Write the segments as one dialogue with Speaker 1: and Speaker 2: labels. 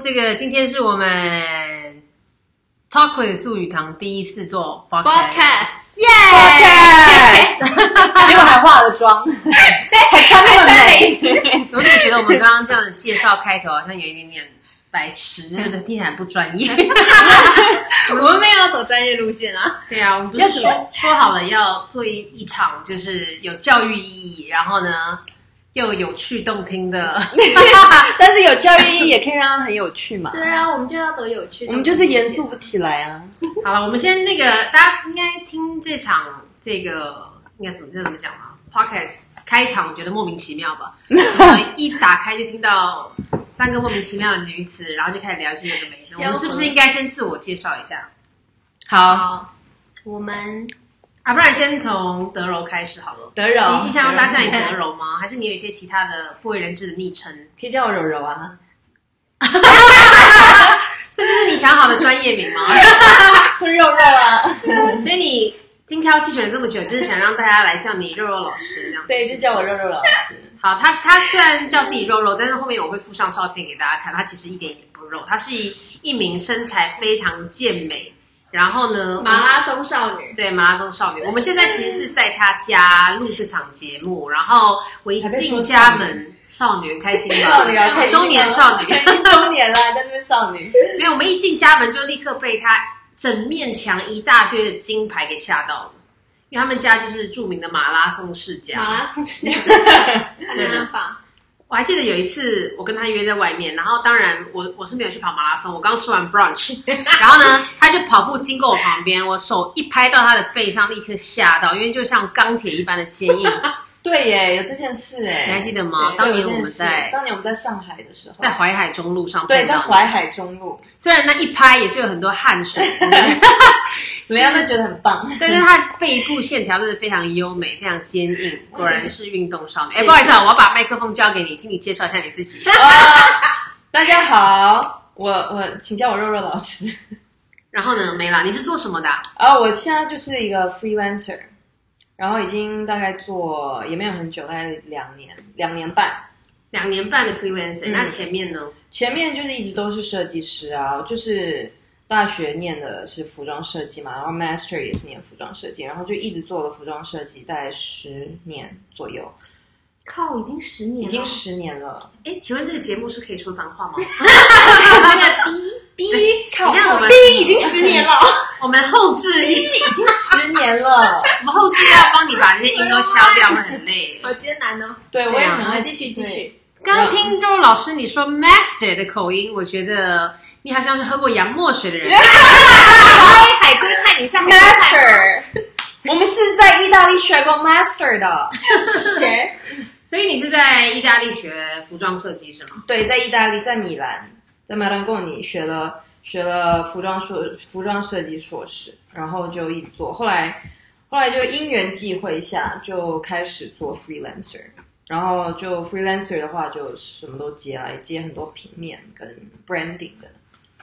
Speaker 1: 这个今天是我们 Talk with 素语堂第一次做 podcast，
Speaker 2: Podcast，
Speaker 1: 耶
Speaker 2: Podcast
Speaker 3: 结果还化了妆，还穿那么美，
Speaker 1: 我怎么觉得我们刚刚这样的介绍开头好像有一点点白痴，听起来不专业。
Speaker 2: 我们没有走专业路线 啊。
Speaker 1: 对啊，我们不
Speaker 3: 要
Speaker 1: 是
Speaker 3: 怎么
Speaker 1: 说说好了要做一一场就是有教育意义，然后呢又有趣动听的，
Speaker 3: 但是有教育意义也可以让它很有趣嘛。
Speaker 2: 对啊，我们就要走有趣的路线，
Speaker 3: 我们就是严肃不起来啊。
Speaker 1: 好了，我们先那个，大家应该听这场这个应该怎么这怎么讲啊？Podcast 开场觉得莫名其妙 吧？我们一打开就听到三个莫名其妙的女子，然后就开始聊这个美食。我们是不是应该先自我介绍一下？好
Speaker 2: 好。我们
Speaker 1: 啊，不然先从德柔开始好了。
Speaker 3: 德柔
Speaker 1: 你你
Speaker 3: 啊
Speaker 1: 想要搭讪你德柔吗？还是你有一些其他的不为人知的昵称？
Speaker 3: 可以叫我柔柔啊。
Speaker 1: 这就是你想好的专业名吗？
Speaker 3: 肉肉啊，
Speaker 1: 所以你精挑细选了这么久，就是想让大家来叫你肉肉老师这样子。
Speaker 3: 对，就叫我肉肉老师。
Speaker 1: 好，他他虽然叫自己肉肉，但是后面我会附上照片给大家看，他其实一点也不肉，他是一一名身材非常健美，然后呢，
Speaker 2: 马拉松少女，
Speaker 1: 对马拉松少女。我们现在其实是在他家录这场节目，然后我一进家门，少女很开心吧？
Speaker 3: 少女啊，开心啊
Speaker 1: 中年少女，
Speaker 3: 中年啦，在那边少女。
Speaker 1: 没有，我们一进家门就立刻被他整面墙一大堆的金牌给吓到了，因为他们家就是著名的马拉松世家，
Speaker 2: 马拉松 少女，看
Speaker 1: 对
Speaker 2: 她吧，
Speaker 1: 我还记得有一次，我跟他约在外面，然后当然我我是没有去跑马拉松，我刚吃完 brunch，然后呢，他就跑步经过我旁边，我手一拍到他的背上，立刻吓到，因为就像钢铁一般的坚硬。
Speaker 3: 对耶，有这件事哎，
Speaker 1: 你还记得吗
Speaker 3: 对
Speaker 1: 当年
Speaker 3: 有这件
Speaker 1: 我们
Speaker 3: 事
Speaker 1: 在
Speaker 3: 当年我们在上海的时候，
Speaker 1: 在淮海中路上
Speaker 3: 对，
Speaker 1: 碰到
Speaker 3: 在淮海中路，
Speaker 1: 虽然那一拍也是有很多汗 水，
Speaker 3: 怎么样都觉得很棒。
Speaker 1: 但是他背部线条真的非常优美，非常坚硬，果然是运动 少女。哎，不好意思啊，我要把麦克风交给你，请你介绍一下你自己。
Speaker 3: 哇大家好，我我请叫我肉肉老师。
Speaker 1: 然后呢，没了，你是做什么的啊、
Speaker 3: 啊，我现在就是一个 freelancer，然后已经大概做也没有很久，大概两年两年半。
Speaker 1: 两年半的 freelancer，、
Speaker 3: 嗯
Speaker 1: 那前面呢？
Speaker 3: 前面就是一直都是设计师啊，就是大学念的是服装设计嘛，然后 master 也是念服装设计，然后就一直做了服装设计，大概十年左右，
Speaker 2: 靠，已经十年了，
Speaker 3: 已经十年了。
Speaker 1: 哎，请问这个节目是可以说脏话吗？
Speaker 2: 那个 B B，
Speaker 3: 哎
Speaker 1: 你看我们
Speaker 2: 已经十 年了，
Speaker 1: 我们后置，
Speaker 3: 已经十年了，
Speaker 1: 我们后置要帮你把这些音都消掉，会很累。
Speaker 2: 好艰难哦。
Speaker 3: 对我也很
Speaker 1: 对啊
Speaker 2: 好，
Speaker 3: 爱
Speaker 2: 继续继续，
Speaker 1: 刚听周老师你说 master 的口音，我觉得你好像是喝过洋墨水的人。
Speaker 2: 哎， 海龟派，你像海龟派
Speaker 3: master。我们是在意大利学过 master 的，
Speaker 2: 谁？
Speaker 1: 所以你是在意大利学服装设计是吗？
Speaker 3: 对，在意大利，在米兰，在马兰贡尼学了学了服装硕服装设计硕士，然后就一直做，后来后来就因缘际会下就开始做 freelancer，然后就 freelancer 的话就什么都接啊，也接很多平面跟 branding 的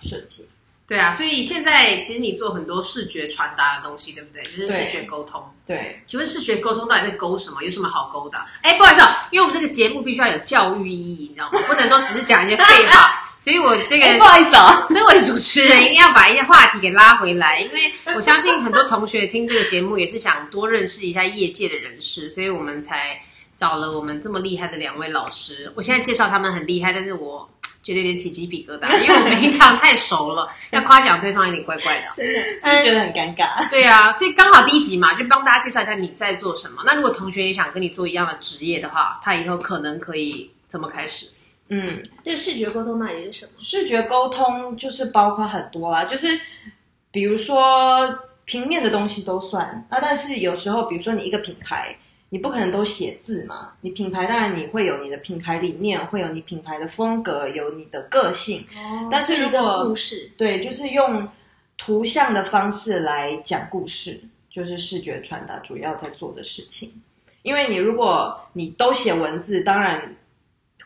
Speaker 3: 设计，
Speaker 1: 对啊，所以现在其实你做很多视觉传达的东西，对不对？就是视
Speaker 3: 对
Speaker 1: 觉沟通。
Speaker 3: 对，
Speaker 1: 请问视觉沟通到底在勾什么？有什么好勾的啊？哎，不好意思啊，因为我们这个节目必须要有教育意义，你知道吗？不能都只是讲一些废 话，所以我这个
Speaker 3: 哎不好意思啊，
Speaker 1: 身为主持人，一定要把一些话题给拉回来，因为我相信很多同学听这个节目也是想多认识一下业界的人士，所以我们才找了我们这么厉害的两位老师。我现在介绍他们很厉害，但是我觉得有点起鸡皮疙瘩，因为我们平常太熟 了，要夸奖对方有点怪怪的。
Speaker 2: 真的，
Speaker 3: 就是觉得很尴尬。
Speaker 1: 对啊，所以刚好第一集嘛，就帮大家介绍一下你在做什么。那如果同学也想跟你做一样的职业的话，他以后可能可以怎么开始？
Speaker 3: 嗯，
Speaker 2: 这个视觉沟通到底是什么？
Speaker 3: 视觉沟通就是包括很多啦，就是比如说平面的东西都算啊，但是有时候比如说你一个品牌，你不可能都写字嘛，你品牌当然你会有你的品牌理念，会有你品牌的风格，有你的个性，但是
Speaker 2: 一
Speaker 3: 如
Speaker 2: 个
Speaker 3: 果
Speaker 2: 故事，
Speaker 3: 对，就是用图像的方式来讲故事，就是视觉传达主要在做的事情。因为你如果你都写文字，当然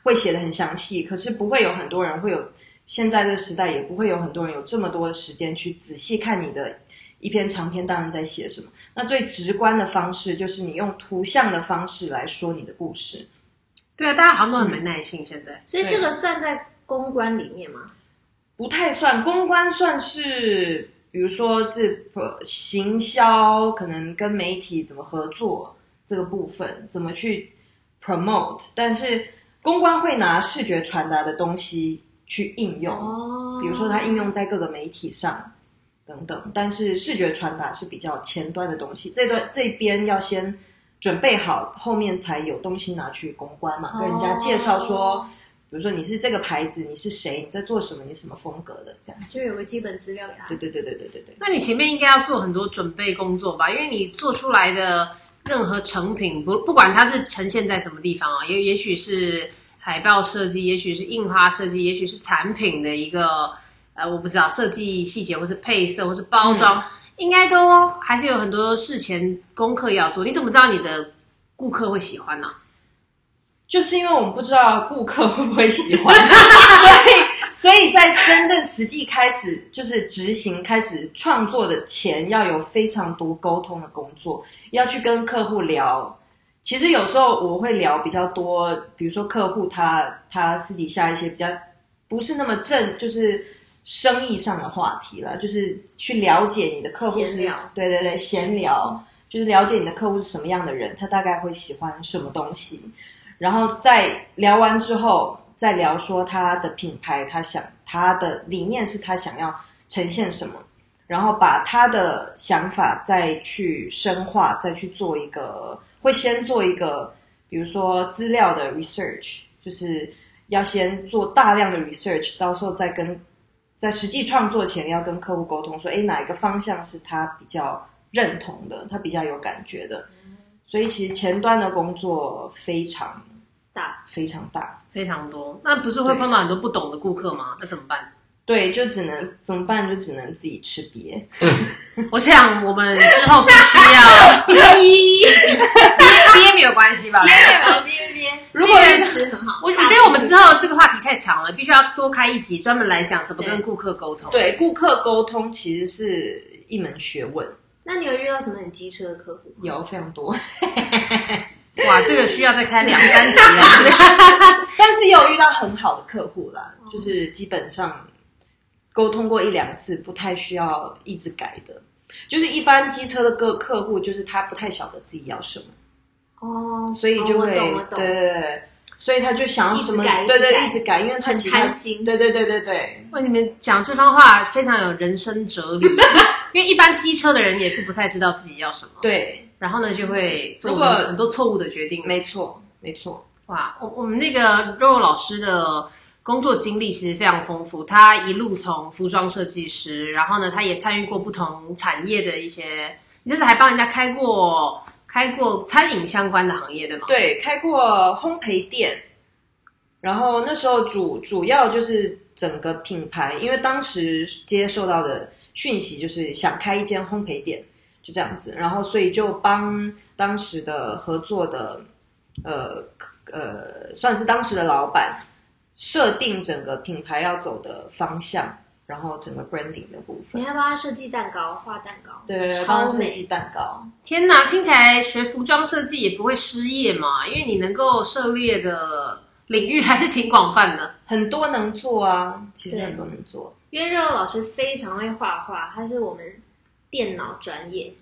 Speaker 3: 会写的很详细，可是不会有很多人会有现在这个时代，也不会有很多人有这么多的时间去仔细看你的一篇长篇当然在写什么。那最直观的方式就是你用图像的方式来说你的故事。
Speaker 1: 对啊，大家好像都很没耐性，现在
Speaker 2: 所以这个算在公关里面吗？
Speaker 3: 不太算，公关算是，比如说是呃行销，可能跟媒体怎么合作这个部分，怎么去 promote，但是公关会拿视觉传达的东西去应用，
Speaker 2: 哦
Speaker 3: 比如说它应用在各个媒体上等等，但是视觉传达是比较前端的东西，这段这边要先准备好，后面才有东西拿去公关嘛，跟人家介绍说，
Speaker 2: 哦
Speaker 3: 比如说你是这个牌子，你是谁，你在做什么，你什么风格的这样。
Speaker 2: 就有个基本资料给他
Speaker 3: 对。对对对对对对，
Speaker 1: 那你前面应该要做很多准备工作吧？因为你做出来的任何成品，不不管它是呈现在什么地方啊，也也许是海报设计，也许是印花设计，也许是产品的一个呃，我不知道设计细节，或是配色，或是包装，应该都还是有很多事前功课要做。你怎么知道你的顾客会喜欢呢、啊
Speaker 3: 就是因为我们不知道顾客会不会喜欢， 所以所以在真正实际开始就是执行开始创作的前，要有非常多沟通的工作，要去跟客户聊。其实有时候我会聊比较多，比如说客户他他私底下一些比较不是那么正，就是生意上的话题了，就是去了解你的客户是
Speaker 2: 闲聊，
Speaker 3: 对对对，闲聊，就是了解你的客户是什么样的人，他大概会喜欢什么东西。然后在聊完之后，再聊说他的品牌，他想他的理念是他想要呈现什么，然后把他的想法再去深化，再去做一个，会先做一个，比如说资料的 research，就是要先做大量的 research，到时候再跟在实际创作前要跟客户沟通说，诶，哪一个方向是他比较认同的，他比较有感觉的。所以其实前端的工作非常
Speaker 2: 大，
Speaker 3: 非常大。
Speaker 1: 非常多，那不是会碰到很多不懂的顾客吗？那怎么办？
Speaker 3: 对，就只能怎么办？就只能自己吃瘪。
Speaker 1: 我想我们之后必须要 憋憋没有关系吧？
Speaker 2: 别别，
Speaker 3: 如果
Speaker 2: 这个其实很好，嗯
Speaker 1: 我我觉得我们之后这个话题太长了，必须要多开一集专门来讲怎么跟顾客沟通。，
Speaker 3: 对，顾客沟通其实是一门学问，
Speaker 2: 那你有遇到什么很机车的客户吗？
Speaker 3: 有非常多。
Speaker 2: 嗯
Speaker 1: 哇，这个需要再开两三集啊 了。
Speaker 3: 但是也有遇到很好的客户啦，
Speaker 2: 嗯
Speaker 3: 就是基本上沟通过一两次，不太需要一直改的。就是一般机车的客客户，就是他不太晓得自己要什么，
Speaker 2: 哦，
Speaker 3: 所以就
Speaker 2: 哦我
Speaker 3: 会、
Speaker 2: 懂我懂
Speaker 3: 对对对，所以他就想要什么
Speaker 2: 一直改
Speaker 3: 对
Speaker 2: 一直
Speaker 3: 对
Speaker 2: 改
Speaker 3: 一直改，因为他
Speaker 2: 很
Speaker 3: 其他
Speaker 2: 贪心
Speaker 3: 对对对对对，
Speaker 1: 哇，你们讲这番话非常有人生哲理， 因为一般机车的人也是不太知道自己要什么，
Speaker 3: 对，
Speaker 1: 然后呢就会做
Speaker 3: 如果
Speaker 1: 很多错误的决定。
Speaker 3: 没错，没错。
Speaker 1: 哇，我我们那个肉肉老师的工作经历其实非常丰富，他一路从服装设计师，然后呢，他也参与过不同产业的一些，你甚至还帮人家开过开过餐饮相关的行业，对吗？
Speaker 3: 对，开过烘焙店，然后那时候主主要就是整个品牌，因为当时接受到的讯息就是想开一间烘焙店，就这样子，然后所以就帮当时的合作的，呃呃，算是当时的老板设定整个品牌要走的方向，然后整个 branding 的部
Speaker 2: 你
Speaker 3: 分，
Speaker 2: 还帮他设计蛋糕，画蛋糕，
Speaker 3: 对，帮
Speaker 2: 嗯超
Speaker 3: 他设计
Speaker 2: 美。
Speaker 3: 蛋糕，
Speaker 1: 天哪，听起来学服装设计也不会失业嘛，因为你能够涉猎的领域还是挺广泛的。
Speaker 3: 很多能做啊，其实
Speaker 2: 对
Speaker 3: 很多能做。
Speaker 2: 因为肉肉老师非常会画画，他是我们电脑专业，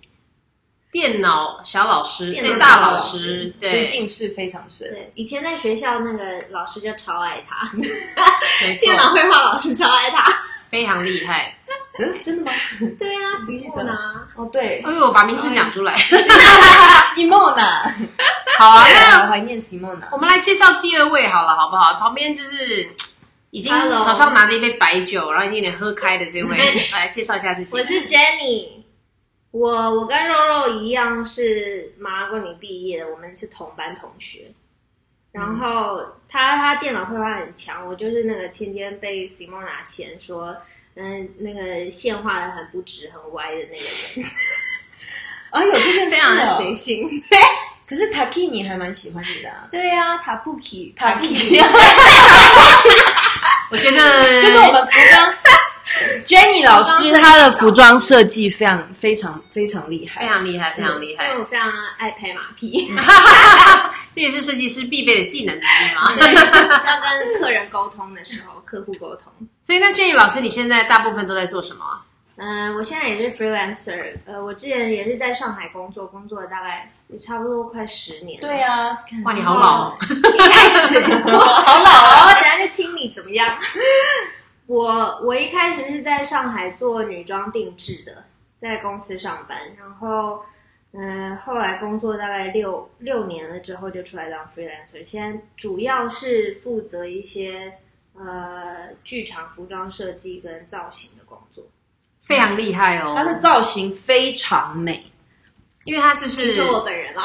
Speaker 1: 电脑小老师，
Speaker 2: 电脑
Speaker 3: 嗯
Speaker 1: 对大
Speaker 2: 小
Speaker 1: 老
Speaker 2: 老
Speaker 1: 师，
Speaker 3: 所以
Speaker 1: 对，
Speaker 3: 近视非常深。
Speaker 2: 对，以前在学校那个老师就超爱他，
Speaker 1: 没
Speaker 2: 电
Speaker 1: 错，
Speaker 2: 脑绘画老师超爱他。
Speaker 1: 非常厉害。
Speaker 3: 嗯，真的吗？
Speaker 2: 对啊，
Speaker 3: 不记
Speaker 2: 石
Speaker 3: 得
Speaker 2: 墨呢？
Speaker 3: 哦， 对
Speaker 1: 哎呦，我把名字讲出 来。
Speaker 3: ，Simona，
Speaker 1: 好啊，那
Speaker 3: 好怀念 Simona。
Speaker 1: 我们来介绍第二位好了，好不好？旁边就是已经
Speaker 2: Hello
Speaker 1: 手上拿着一杯白酒，然后已经有点喝开的这位，来介绍一下自己。
Speaker 2: 我是 Jenny，我我跟肉肉一样是麻瓜你毕业的，我们是同班同学。然后他他电脑绘画很强，我就是那个天天被 Simona 嫌说，嗯，那个线画的很不直、很歪的那个人，
Speaker 3: 啊，有这件
Speaker 2: 非
Speaker 3: 事
Speaker 2: 常的
Speaker 3: 哦
Speaker 2: 随。性。
Speaker 3: 可是 Taki 你还蛮喜欢你的 啊。
Speaker 2: 对啊，塔布奇，
Speaker 3: Taki，
Speaker 1: 我觉
Speaker 3: 这是
Speaker 1: 得
Speaker 3: 我们服装 Jenny 老师
Speaker 2: 服装设计
Speaker 3: 她的服装设计非常非常非常厉害，
Speaker 1: 非常厉害，非常厉
Speaker 2: 因
Speaker 1: 害
Speaker 2: 为。我非常爱拍马屁，
Speaker 1: 这也是设计师必备的技能之一吗？
Speaker 2: 对要跟客人沟通的时 候，客户沟通。
Speaker 1: 所以那 Jenny 老师，你现在大部分都在做什么啊？
Speaker 2: 嗯、我现在也是 freelancer，呃，我之前也是在上海工作，工作了大概也差不多快十年。
Speaker 3: 对、啊，
Speaker 1: 哇，你好老哦！
Speaker 2: 一开始
Speaker 3: 好老
Speaker 2: 好，啊
Speaker 3: 哦。
Speaker 2: 我等下就听你怎么样。 我我一开始是在上海做女装定制的，在公司上班，然后嗯、呃后来工作大概六六年了之后就出来当 freelancer，现在主要是负责一些呃剧场服装设计跟造型的工作。
Speaker 1: 非常厉害哦
Speaker 3: 她，的造型非常美，
Speaker 1: 因为他就
Speaker 2: 这
Speaker 1: 是
Speaker 2: 是我本人啦，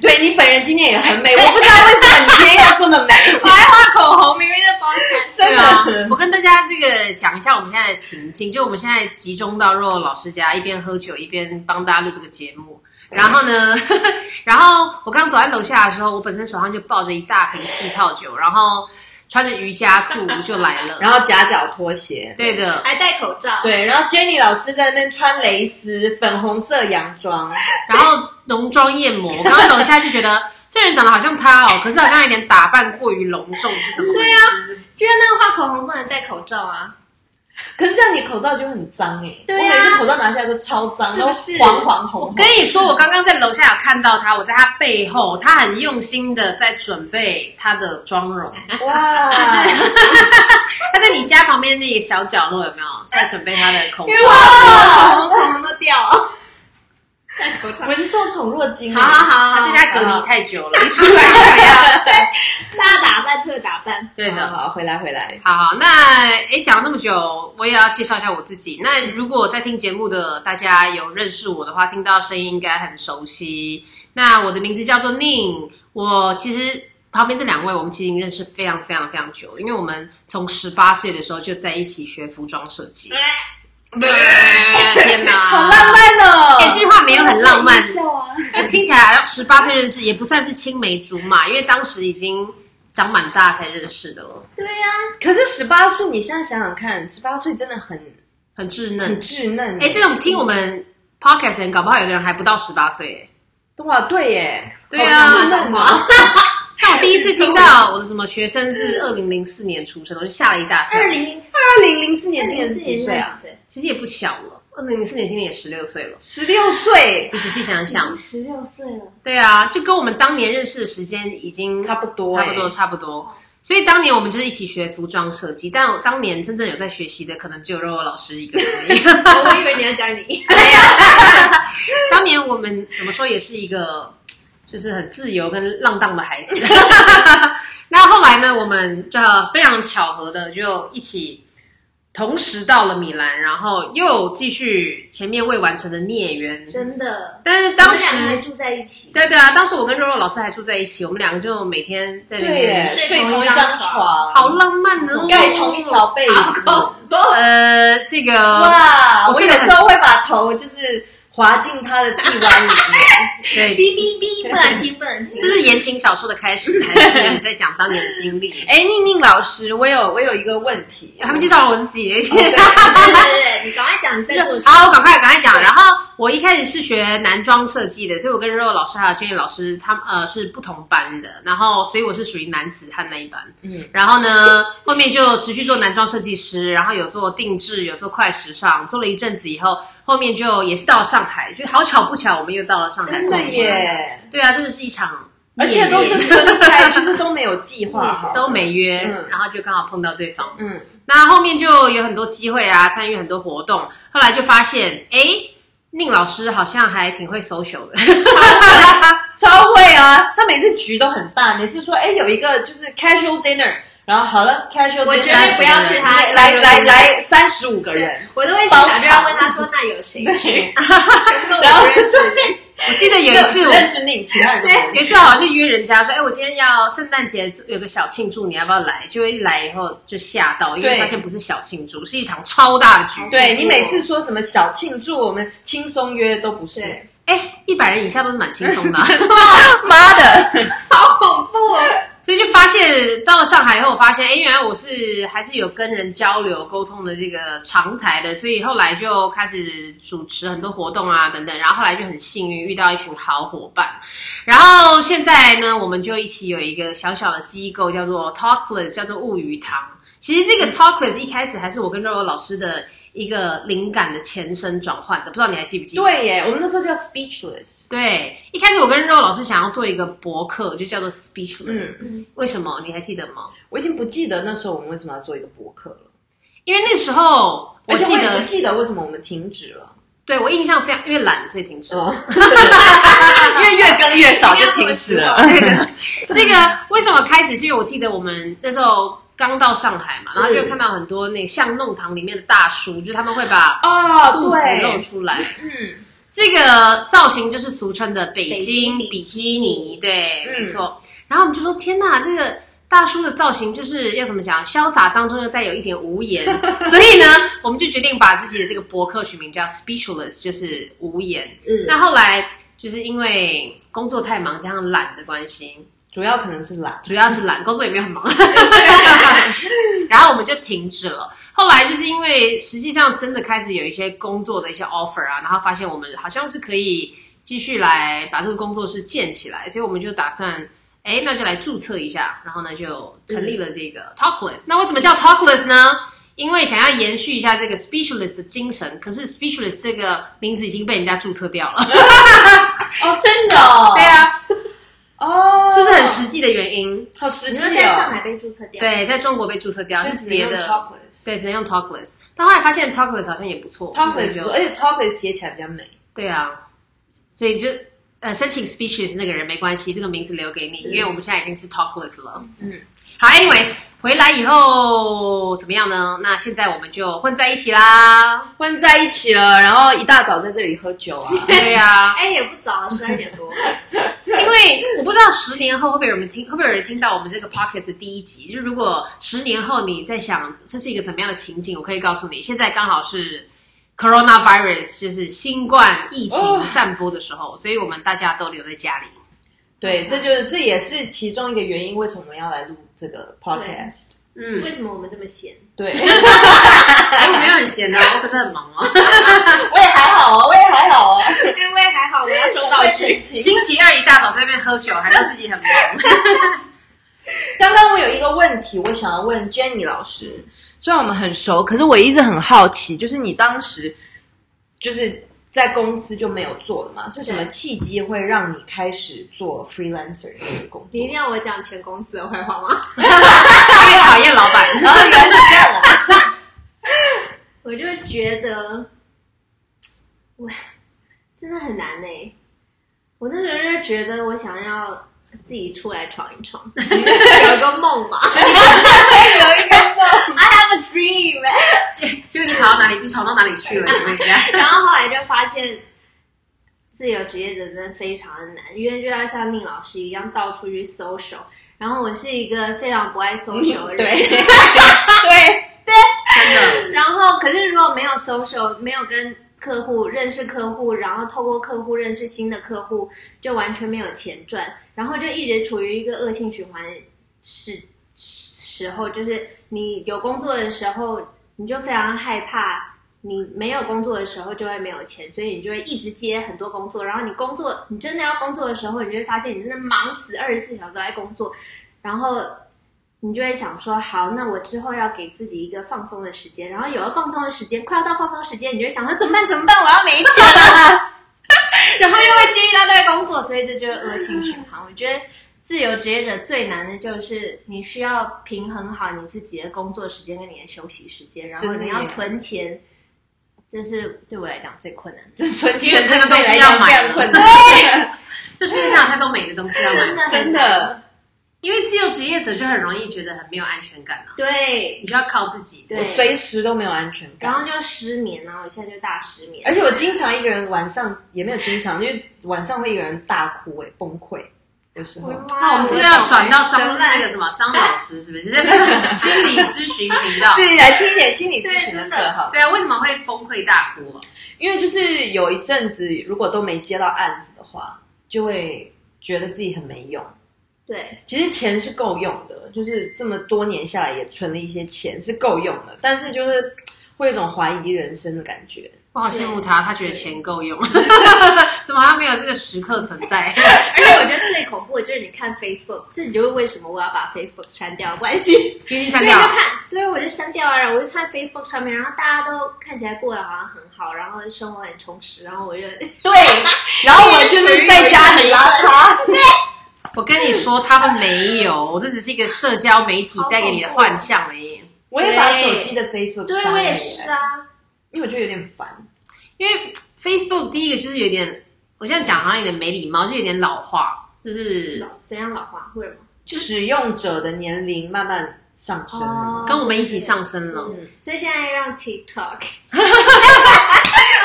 Speaker 3: 对你本人今天也 很美，我不知道为什么你今天要这么美，
Speaker 2: 我还画口红，明明在包产。
Speaker 3: 真
Speaker 1: 对啊
Speaker 3: 的，
Speaker 1: 我。跟大家这个讲一下我们现在的情境，就我们现在集中到若老师家，一边喝酒一边帮大家录这个节目。然后呢， 然后我刚走在楼下的时候，我本身手上就抱着一大瓶气泡酒，然后穿着瑜伽裤就来了。
Speaker 3: 然后夹脚拖鞋，
Speaker 1: 对的，
Speaker 2: 还戴口罩，
Speaker 3: 对，然后 Jenny 老师在那边穿蕾丝粉红色 洋装，
Speaker 1: 然后浓妆艳抹，我刚刚走下就觉得这人长得好像他哦，可是好像有点打扮过于隆重，是怎么回事？
Speaker 2: 因为那个画口红不能戴口罩啊。
Speaker 3: 可是这样你口罩就很脏哎、
Speaker 2: 对啊
Speaker 3: 我每次口罩拿下来都超脏，
Speaker 2: 是不是
Speaker 3: 都黄黄红
Speaker 1: 我
Speaker 3: 红？
Speaker 1: 跟你说，我刚刚在楼下有看到他，我在他背后，他很用心的在准备他的妆容。
Speaker 3: 哇，
Speaker 1: 他在你家旁边那个小角落有没有在准备他的口罩？
Speaker 3: 哇，
Speaker 2: 口红都掉了，戴口罩。
Speaker 3: 闻受宠若惊、欸
Speaker 2: 好好好，
Speaker 1: 他
Speaker 2: 好
Speaker 1: 在家隔离太久了，一出来就想 要。
Speaker 2: 大打扮特打扮。
Speaker 1: 对
Speaker 3: 好
Speaker 1: 的。
Speaker 3: 好回来回来，
Speaker 1: 好好，那诶，讲了那么久，我也要介绍一下我自己。那如果在听节目的大家有认识我的话，听到声音应该很熟悉。那我的名字叫做宁，我其实旁边这两位我们其实已经认识非常非常非常久了，因为我们从十八岁的时候就在一起学服装设计。天哪，
Speaker 3: 好浪漫哦！
Speaker 1: 哎这句话没有很浪漫
Speaker 3: 真的好搞笑啊
Speaker 1: 那听起来好像十八岁认识，也不算是青梅竹马，因为当时已经长蛮大才认识的了，
Speaker 2: 对呀、
Speaker 3: 可是十八岁，你现在想想看，十八岁真的很
Speaker 1: 很稚
Speaker 3: 很
Speaker 1: 嫩。
Speaker 3: 稚嫩。欸
Speaker 1: 哎、这种听我们 podcast 的人，搞不好有的人还不到十八岁。哎
Speaker 3: 哇，对耶，
Speaker 1: 对啊
Speaker 3: 好稚嫩 啊！
Speaker 1: 像我第一次听到嗯我的什么学生是二零零四年出生的，我就吓了一大跳。
Speaker 2: 二零零四
Speaker 3: 二零零四年今年
Speaker 2: 年
Speaker 3: 是几岁啊？？
Speaker 1: 其实也不小了，二零零四年今年也十六岁了。
Speaker 3: 十六岁，
Speaker 1: 你仔细想一想，
Speaker 2: 十六岁了，
Speaker 1: 对啊，就跟我们当年认识的时间已经
Speaker 3: 差不多
Speaker 1: 差
Speaker 3: 哎
Speaker 1: 不多，差不多。所以当年我们就是一起学服装设计，但我当年真正有在学习的，可能只有肉肉老师一个人而已。
Speaker 2: 我以为你要讲你。
Speaker 1: 当年我们怎么说也是一个，就是很自由跟浪荡的孩子。 那后来呢，我们就非常巧合的就一起同时到了米兰，然后又继续前面未完成的孽缘。
Speaker 2: 真的，
Speaker 1: 但是当
Speaker 2: 我们两个还
Speaker 1: 时，
Speaker 2: 住在一起，
Speaker 1: 对对啊，当时我跟肉肉老师还住在一起，我们两个就每天在那
Speaker 3: 对耶，
Speaker 1: 边，
Speaker 3: 睡
Speaker 2: 睡
Speaker 3: 同
Speaker 2: 同
Speaker 3: 一
Speaker 2: 一
Speaker 3: 张
Speaker 2: 张
Speaker 3: 床，
Speaker 2: 床
Speaker 1: 好浪漫哦，
Speaker 3: 盖同一条被子。
Speaker 1: 呃，这个
Speaker 3: 哇！
Speaker 1: 我
Speaker 3: 我
Speaker 1: 睡
Speaker 3: 有
Speaker 1: 得
Speaker 3: 时候会把头就是滑进他的臂弯里面，
Speaker 1: 对
Speaker 2: 哔，哔哔，不能听，不能听。
Speaker 1: 这是言情小说的开始，还是在讲当年的经历？
Speaker 3: 哎，宁宁老师，我有我有一个问题，
Speaker 1: 还没介绍我自
Speaker 3: 哦
Speaker 1: 己。
Speaker 2: 对对对，你赶快讲你在做什么。
Speaker 1: 好，我赶快赶快讲。然后我一开始是学男装设计的，所以我跟肉肉老师还有 Jenny 老师他们呃是不同班的，然后所以我是属于男子汉那一班。
Speaker 3: 嗯
Speaker 1: 嗯，然后呢，后面就持续做男装设计师，然后有做定制，有做快时尚，做了一阵子以后，后面就也是到了上海，就好巧不巧，我们又到了上海。
Speaker 3: 真的！耶，
Speaker 1: 对啊，真的是一场
Speaker 3: 而
Speaker 1: 孽缘，
Speaker 3: 且都是分开，就是都没有计划好，
Speaker 1: 都没约，
Speaker 3: 嗯
Speaker 1: 然后就刚好碰到对方。
Speaker 3: 嗯，
Speaker 1: 那后面就有很多机会啊，参与很多活动。后来就发现，哎，宁老师好像还挺会 social 的。
Speaker 3: 超会啊！他每次局都很大，每次说哎有一个就是 casual dinner，然后好了 casual，
Speaker 2: 我
Speaker 3: dinner，
Speaker 2: 绝对不要去他
Speaker 3: 来来来来三十五个人，
Speaker 2: 我都会打电话问他说：“那有谁去？”全 部都
Speaker 3: 然后
Speaker 2: 不认识。
Speaker 1: 我记得有一次
Speaker 3: 只
Speaker 1: 我。
Speaker 3: 认识宁，其他人都不认识
Speaker 1: 有一次好像就约人家说，哎，我今天要圣诞节有个小庆祝，你要不要来？就一来以后就吓到，因为
Speaker 3: 对
Speaker 1: 发现不是小庆祝，是一场超大的局。
Speaker 3: 对你每次说什么小庆祝，我们轻松约都不是，
Speaker 2: 对
Speaker 1: 哎，一百人以下都是蛮轻松的啊、
Speaker 3: 妈的，
Speaker 2: 好恐怖哦！
Speaker 1: 所以就发现到了上海以后，我发现哎，诶原来我是还是有跟人交流沟通的这个常才的，所以后来就开始主持很多活动啊等等，然后后来就很幸运遇到一群好伙伴，然后现在呢，我们就一起有一个小小的机构叫做 Talkless，叫做物语堂。其实这个 Talkless 一开始还是我跟肉肉老师的一个灵感的前身转换的，不知道你还记不记得？
Speaker 3: 对耶，我们那时候叫 speechless，
Speaker 1: 对，一开始我跟肉老师想要做一个博客，就叫做 Speechless，、
Speaker 2: 嗯
Speaker 1: 为什么？你还记得吗？
Speaker 3: 我已经不记得那时候我们为什么要做一个博客了，
Speaker 1: 因为那时候我
Speaker 3: 而且
Speaker 1: 记
Speaker 3: 我也
Speaker 1: 得，
Speaker 3: 不记得为什么我们停止了，
Speaker 1: 对我印象非常，因为懒所以停止了。
Speaker 3: 哦，因为越更越少就停止 了。
Speaker 1: 这个这个为什么开始？是因为我记得我们那时候刚到上海嘛，然后就
Speaker 3: 嗯
Speaker 1: 看到很多那个巷弄堂里面的大叔，就是他们会把
Speaker 3: 哦，
Speaker 1: 肚子露
Speaker 3: 对，
Speaker 1: 出来。嗯，这个造型就是俗称的北京
Speaker 2: 北京
Speaker 1: 比
Speaker 2: 比
Speaker 1: 基尼，对，
Speaker 3: 嗯
Speaker 1: 没错。然后我们就说，天呐，这个大叔的造型就是要怎么讲，潇洒当中又带有一点无言，所以呢，我们就决定把自己的这个博客取名叫 Speechless，就是无言。
Speaker 3: 嗯，
Speaker 1: 那后来就是因为工作太忙加上懒的关系，
Speaker 3: 主要可能是懒，
Speaker 1: 主要是懒，工作也没有 很忙，然后我们就停止了。后来就是因为实际上真的开始有一些工作的一些 offer 啊，然后发现我们好像是可以继续来把这个工作室建起来，所以我们就打算。哎，那就来注册一下，然后呢就成立了这
Speaker 3: 嗯
Speaker 1: 个 Talkless。那为什么叫 Talkless 呢？因为想要延续一下这个 Speechless 的精神，可是 Speechless 这个名字已经被人家注册掉了。
Speaker 3: 哦，真的哦
Speaker 1: 对，啊，
Speaker 3: 哦，
Speaker 1: 是不是很实际的原因？
Speaker 3: 好实
Speaker 2: 你
Speaker 3: 际
Speaker 2: 说在上
Speaker 3: 哦？
Speaker 2: 海被注册掉，，
Speaker 1: 对，在中国被注册掉
Speaker 3: 所以
Speaker 1: 啊是
Speaker 3: 只能
Speaker 1: 别
Speaker 3: 用
Speaker 1: 的，
Speaker 3: Talkless
Speaker 1: 对，只能用 Talkless。但后来发现 Talkless 好像也不错
Speaker 3: Talkless，
Speaker 1: 所以
Speaker 3: 不
Speaker 1: 就
Speaker 3: 哎而且 Talkless 写起来比较美。
Speaker 1: 对啊，所以就呃申请 Speechless 那个人没关系，这个名字留给你，因为我们现在已经是 Talkless 了。
Speaker 3: 嗯，
Speaker 1: 好，anyways，回来以后怎么样呢？那现在我们就混在一起 啦。
Speaker 3: 混在一起了，然后一大早在这里喝酒啊，
Speaker 1: 对呀、
Speaker 2: 哎也不早，十二点多，
Speaker 1: 因为我不知道十年后会不会有人听，会不会有人听到我们这个 podcast 的第一集？就是如果十年后你在想这是一个怎么样的情景，我可以告诉你，现在刚好是 coronavirus，就是新冠疫情
Speaker 3: 哦
Speaker 1: 散播的时候，所以我们大家都留在家里。
Speaker 3: 对，
Speaker 2: 嗯
Speaker 3: 这就是这也是其中一个原因，为什么我们要来录这个 podcast。
Speaker 1: 嗯
Speaker 2: 为，什么我们这么闲？
Speaker 3: 对，
Speaker 1: 哎，我没有很闲哦，我可是很忙哦。
Speaker 3: 我也还好啊，我也还好 啊。
Speaker 2: 因为还好我要收
Speaker 3: 道
Speaker 2: 到
Speaker 3: 具
Speaker 2: 去。
Speaker 1: 星期二一大早在那边喝酒，还说自己很忙。
Speaker 3: 刚刚我有一个问题，我想要问 Jenny 老师，虽然我们很熟，可是我一直很好奇，就是你当时就是在公司就没有做了嘛？是什么契机会让你开始做 freelancer 这个工
Speaker 2: 你一定
Speaker 3: 作？
Speaker 2: 要我讲前公司的坏话吗？
Speaker 1: 因为讨厌老板。
Speaker 3: 然后原来是这样 啊！
Speaker 2: 我就觉得，哇，真的很难呢、欸我那时候就觉得，我想要自己出来闯一闯， 有一个梦嘛。
Speaker 3: 有一个
Speaker 2: I have a dream。
Speaker 1: 结果你跑到哪里？你闯到哪里去了？请问一下。
Speaker 2: 然后后来就发现，自由职业者真的非常的难，因为就要像宁老师一样到处去 social。然后我是一个非常不爱 social 的人，
Speaker 3: 对对，
Speaker 1: 真的，
Speaker 2: 然后，可是如果没有 social，没有跟客户认识客户，然后透过客户认识新的客户，就完全没有钱赚，然后就一直处于一个恶性循环时时候，就是你有工作的时候，你就非常害怕。你没有工作的时候就会没有钱，所以你就会一直接很多工作。然后你工作，你真的要工作的时候，你就会发现你真的忙死，二十四小时都在工作。然后你就会想说，好，那我之后要给自己一个放松的时间，然后有了放松的时间，快要到放松时间，你就会想说怎么办？怎么办？我要没钱了， 然后又会接一大堆工作，所以这就是恶性循环。我觉得自由职业者最难的就是你需要平衡好你自己的工作时间跟你的休息时间，然后
Speaker 3: 真的
Speaker 2: 你
Speaker 3: 耶
Speaker 2: 要存钱，这是对我来讲最困难 的。
Speaker 3: 存
Speaker 1: 因为这
Speaker 3: 钱真
Speaker 1: 个
Speaker 3: 的
Speaker 1: 东
Speaker 3: 对
Speaker 1: 西
Speaker 3: 来
Speaker 1: 要
Speaker 3: 讲非
Speaker 1: 买了
Speaker 3: 常困难，
Speaker 1: 这世界上有太多美的东西要买，
Speaker 2: 的
Speaker 3: 真的。
Speaker 1: 因为自由职业者就很容易觉得很没有安全感啊，
Speaker 2: 对
Speaker 1: 你就要靠自己。
Speaker 3: 我
Speaker 2: 对，
Speaker 3: 随时都没有安全
Speaker 2: 然
Speaker 3: 感。
Speaker 2: 后就失眠啊，我现在就大失眠，
Speaker 3: 而且我经常一个人晚上也没有经常，因为晚上会一个人大哭哎、崩溃，有时候
Speaker 2: 我的 妈
Speaker 1: 哦那我们这个要转到
Speaker 2: 怎么
Speaker 1: 张
Speaker 2: 办
Speaker 1: 那个什么张老师，是不是？这是心理咨询频道
Speaker 3: 自。己来听一点心理咨
Speaker 2: 对
Speaker 3: 询
Speaker 2: 真的
Speaker 3: 课哈。
Speaker 1: 对啊，为什么会崩溃大哭啊？
Speaker 3: 因为就是有一阵子，如果都没接到案子的话，就会觉得自己很没用，
Speaker 2: 对，
Speaker 3: 其实钱是够用的，就是这么多年下来也存了一些钱是够用的，但是就是会有一种怀疑人生的感觉。
Speaker 1: 我好羡慕他，他觉得钱够 用，怎么好像没有这个时刻存在？
Speaker 2: 而且我觉得最恐怖的就是你看 Facebook，这你就是为什么我要把 Facebook 删掉的关系。
Speaker 1: 必须
Speaker 2: 所
Speaker 1: 删
Speaker 2: 以
Speaker 1: 掉
Speaker 2: 就。看，对，我就删掉啊，然后我就看 Facebook 上面，然后大家都看起来过得好像很好，然后生活很充实，然后我就
Speaker 3: 对， 然后我就是在家很邋遢。
Speaker 1: 我跟你说，他们没有，这只是一个社交媒体带给你的幻象而已。
Speaker 3: 我也把手机的 Facebook
Speaker 2: 对
Speaker 3: 删
Speaker 2: 我
Speaker 3: 了
Speaker 2: 也
Speaker 3: 耶
Speaker 2: 是，啊，
Speaker 3: 因为我觉得有点烦。
Speaker 1: 因为 Facebook 第一个就是有点，我这样讲好像有点没礼貌，就有点老化，就是
Speaker 2: 老怎样老化或者什么
Speaker 3: 使用者的年龄慢慢上升了，
Speaker 1: 跟我们一起上升了。
Speaker 3: 嗯，
Speaker 2: 所以现在让 TikTok，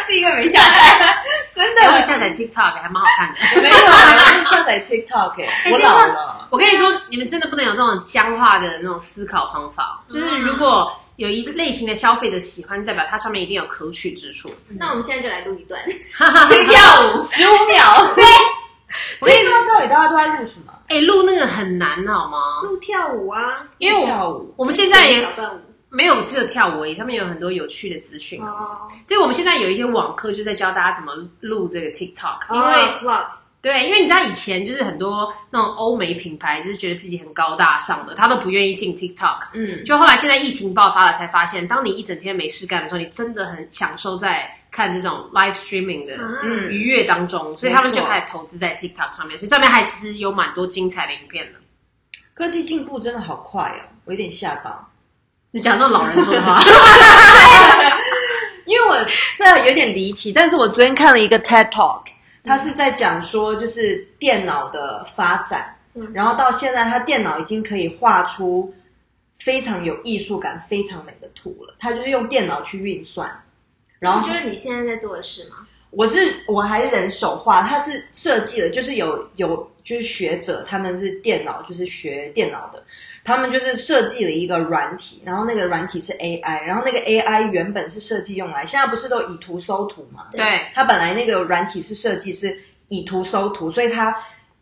Speaker 2: 自己都没下载，
Speaker 3: 真
Speaker 1: 哎，我下载 TikTok 还蛮好看的。
Speaker 3: 没有啊，我是下载 TikTok，哎我老 了。
Speaker 1: 我跟你说，你们真的不能有这种僵化的那种思考方法。就是如果有一类型的消费者喜欢，代表它上面一定有可取之处。
Speaker 2: 那我们现在就来录一 段，
Speaker 3: 跳舞十五秒，对，
Speaker 1: 我跟你说，
Speaker 3: 说到底大家都在录什么？
Speaker 1: 哎，录那个很难好吗？
Speaker 2: 录跳舞啊，
Speaker 1: 因为我
Speaker 3: 跳舞，
Speaker 1: 我们现在也
Speaker 2: 小段舞
Speaker 1: 没有只有跳舞而已，上面有很多有趣的资讯。
Speaker 2: 哦，
Speaker 1: 所以我们现在有一些网课，就在教大家怎么录这个 TikTok，因为、
Speaker 2: 哦 vlog
Speaker 1: 对，因为你知道以前就是很多那种欧美品牌，就是觉得自己很高大上的，他都不愿意进 TikTok。
Speaker 3: 嗯，
Speaker 1: 就后来现在疫情爆发了，才发现，当你一整天没事干的时候，你真的很享受在看这种 live streaming 的
Speaker 2: 啊
Speaker 3: 嗯
Speaker 1: 愉悦当中，所以他们就开始投资在 TikTok 上面，所以上面还其实有蛮多精彩的影片的。
Speaker 3: 科技进步真的好快哦，我有点吓到，
Speaker 1: 你讲到老人说的话，
Speaker 3: 因为我这有点离题，但是我昨天看了一个 TED Talk，他是在讲说就是电脑的发展，
Speaker 2: 嗯
Speaker 3: 然后到现在，他电脑已经可以画出非常有艺术感、非常美的图了，他就是用电脑去运算，然后
Speaker 2: 不就是你现在在做的事吗？
Speaker 3: 我是我还是人手画，它是设计的，就是有有就是学者他们是电脑，就是学电脑的，他们就是设计了一个软体，然后那个软体是 AI，然后那个 AI 原本是设计用来，现在不是都以图搜图嘛？
Speaker 1: 对，
Speaker 3: 它本来那个软体是设计是以图搜图，所以它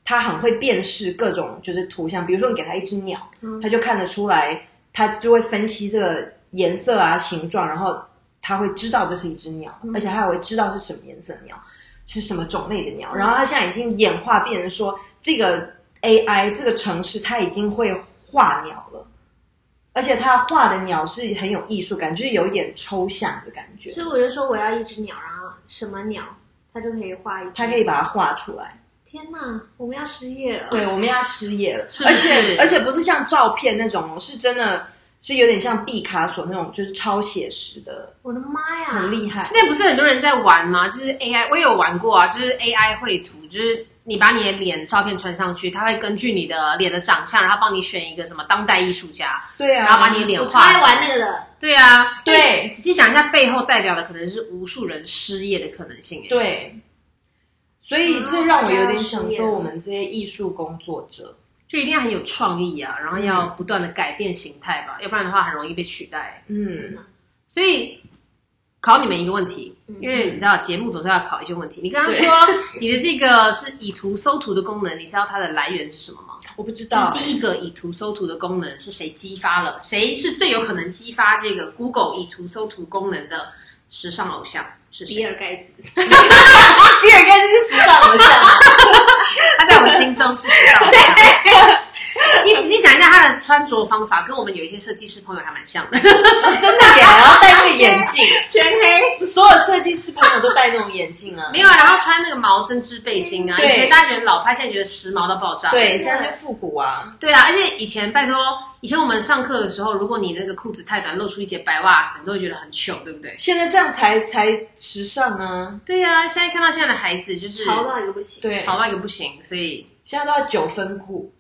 Speaker 3: 它很会辨识各种就是图像，比如说你给它一只鸟，它就看得出来，它就会分析这个颜色啊、形状，然后它会知道这是一只鸟，而且它还会知道是什么颜色的鸟，是什么种类的鸟。然后它现在已经演化变成说，这个 AI 这个城市它已经会画鸟了。而且它画的鸟是很有艺术感，就是有一点抽象的感觉。
Speaker 2: 所以我就说我要一只鸟，然后什么鸟，它就可以画一只。
Speaker 3: 他可以把它画出来。
Speaker 2: 天哪，我们要失业了。
Speaker 3: 对，我们要失业了，
Speaker 1: 是不是
Speaker 3: 而且而且不是像照片那种哦，是真的是有点像毕卡索那种，就是超写实的，
Speaker 2: 我的妈呀，
Speaker 3: 很厉害。
Speaker 1: 现在不是很多人在玩吗？就是 AI，我也有玩过啊，就是 AI 绘图，就是你把你的脸照片传上去，它会根据你的脸的长相，然后帮你选一个什么当代艺术家。
Speaker 3: 对啊，
Speaker 1: 然后把你的脸
Speaker 2: 我超爱玩那个的，
Speaker 1: 对啊，
Speaker 3: 对
Speaker 1: 仔细想一下，背后代表的可能是无数人失业的可能性。哎，
Speaker 3: 对，所
Speaker 1: 啊
Speaker 3: 以这让我有点想
Speaker 2: 啊这样失业
Speaker 3: 说，
Speaker 2: 了
Speaker 3: 我们这些艺术工作者，
Speaker 1: 就一定要很有创意啊，然
Speaker 3: 嗯
Speaker 1: 后要不断的改变形态吧，要不然的话很容易被取代。
Speaker 3: 嗯，
Speaker 1: 所以考你们一个问题，因为你知道节目总是要考一些问题。你刚刚说 你的这个是以图搜图的功能，你知道它的来源是什么吗？
Speaker 3: 我不知
Speaker 1: 就是
Speaker 3: 道，
Speaker 1: 第一个以图搜图的功能是谁激发了？谁是最有可能激发这个 Google 以图搜图功能的时尚偶像是
Speaker 2: 比
Speaker 1: 谁？
Speaker 2: 尔盖茨。
Speaker 3: 比尔盖茨是时尚偶像吗，
Speaker 1: 他在我心中是时尚偶像。 你仔细想一下，他的穿着方法跟我们有一些设计师朋友还蛮像的。
Speaker 3: 真的耶，然后戴那个眼 镜，
Speaker 2: 全黑。
Speaker 3: 所有设计师朋友都戴那种眼镜啊
Speaker 1: 没。有，然后穿那个毛针织背心啊，
Speaker 3: 对
Speaker 1: 以前大家觉得老派，现在觉得时髦到爆炸。
Speaker 3: 对，现在就复古啊，
Speaker 1: 对啊，而且以前拜托，以前我们上课的时候，如果你那个裤子太短，露出一截白袜子，你都会觉得很糗，对不对？
Speaker 3: 现在这样才才时尚啊。
Speaker 1: 对啊，现在看到现在的孩子就是
Speaker 2: 潮到一个不行，
Speaker 3: 对，
Speaker 1: 潮到一个不行，所以
Speaker 3: 现在都要九分裤，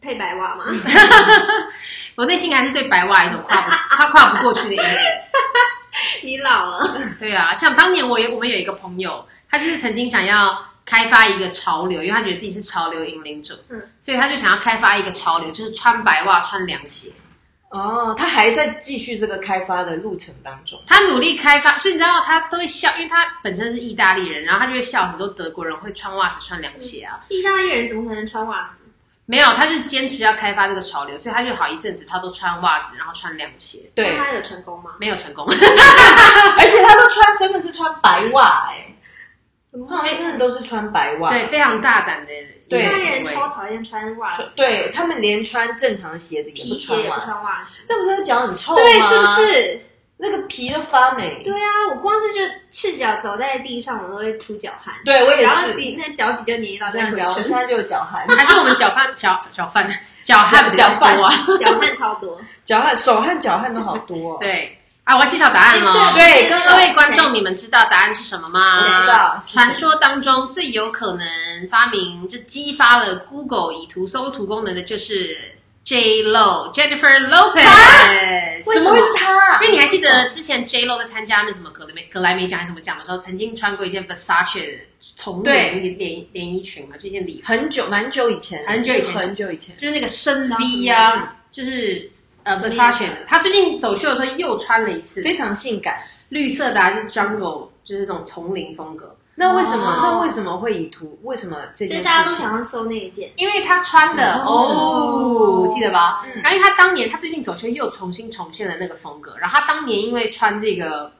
Speaker 2: 配白袜吗？
Speaker 3: 嗯
Speaker 1: 我内心还是对白袜有一种跨不 跨跨不过去的阴影。
Speaker 2: 你老了，
Speaker 1: 对啊，像当年我也我们有一个朋友，他就是曾经想要开发一个潮流，因为他觉得自己是潮流引领者，
Speaker 2: 嗯
Speaker 1: 所以他就想要开发一个潮流，就是穿白袜、穿凉鞋。
Speaker 3: 哦，他还在继续这个开发的路程当中。
Speaker 1: 他努力开发，所以你知道他都会笑，因为他本身是意大利人，然后他就会笑很多德国人会穿袜子、穿凉鞋啊。
Speaker 2: 意大利人怎么可能穿袜子？
Speaker 1: 没有，他是坚持要开发这个潮流，所以他就好一阵子他都穿袜子，然后穿凉鞋，
Speaker 3: 对，
Speaker 2: 那他有成功吗？
Speaker 1: 没有成功。
Speaker 3: 而且他都穿真的是穿白袜哎、
Speaker 2: 怎么
Speaker 3: 他们
Speaker 2: 会？
Speaker 3: 真的都是穿白 袜，
Speaker 1: 对，非常大胆的一
Speaker 2: 意
Speaker 1: 个
Speaker 2: 大利
Speaker 1: 行
Speaker 2: 人
Speaker 1: 为。
Speaker 2: 超讨厌穿袜
Speaker 3: 穿
Speaker 2: 子，
Speaker 3: 对他们连穿正常的鞋子也
Speaker 2: 皮
Speaker 3: 不
Speaker 2: 鞋
Speaker 3: 穿
Speaker 2: 也
Speaker 3: 袜
Speaker 2: 不
Speaker 3: 子，
Speaker 2: 穿袜子。
Speaker 3: 这不是脚很臭吗？
Speaker 2: 对，是不？是？
Speaker 3: 那个皮都发霉。
Speaker 2: 对啊，我光是就赤脚走在地上，我都会出脚汗。
Speaker 3: 对我也
Speaker 2: 然后
Speaker 3: 是。
Speaker 2: 底那脚底就黏到
Speaker 3: 这
Speaker 2: 像
Speaker 3: 样
Speaker 2: 鬼
Speaker 3: 聊，我现
Speaker 2: 城，
Speaker 3: 在就有 脚汗，
Speaker 1: 还是我们脚饭脚脚饭脚汗比较多
Speaker 3: 脚
Speaker 1: 啊？
Speaker 2: 脚汗超多。
Speaker 3: 脚汗、手汗、脚汗都好多、哦。
Speaker 1: 对啊，我要揭晓答案
Speaker 2: 哎
Speaker 1: 哦。
Speaker 3: 对
Speaker 2: 跟
Speaker 1: 各位观众，你们知道答案是什么吗？
Speaker 3: 我知道是什么
Speaker 1: 传说当中最有可能发明就激发了 Google 以图搜图功能的就是 J Lo Jennifer Lopez。
Speaker 3: 啊为什么会是他啊、
Speaker 1: 因为你还记得之前 J Lo 在参加那什么格莱美格莱美奖还是什么奖的时候，曾经穿过一件 Versace 丛
Speaker 3: 对
Speaker 1: 林连连衣裙嘛，这件礼服
Speaker 3: 很久蛮久以前，
Speaker 1: 很久以前
Speaker 3: 很久以前。
Speaker 1: 就是那个深 V 啊，就是呃 Versace 的。他最近走秀的时候又穿了一次
Speaker 3: 非常性感。
Speaker 1: 绿色的、啊，就是 Jungle，就是那种丛林风格。
Speaker 3: 那为什么？
Speaker 2: 哦
Speaker 3: 那为什么会以图？为什么这
Speaker 2: 所
Speaker 3: 件
Speaker 2: 以
Speaker 3: 事情？
Speaker 2: 大家都想要收那一件。
Speaker 1: 因为他穿的
Speaker 3: 哦
Speaker 1: 哦，记得吧？
Speaker 2: 嗯
Speaker 1: 然后因为他当年他最近走秀又重新重现了那个风格，然后他当年因为穿这个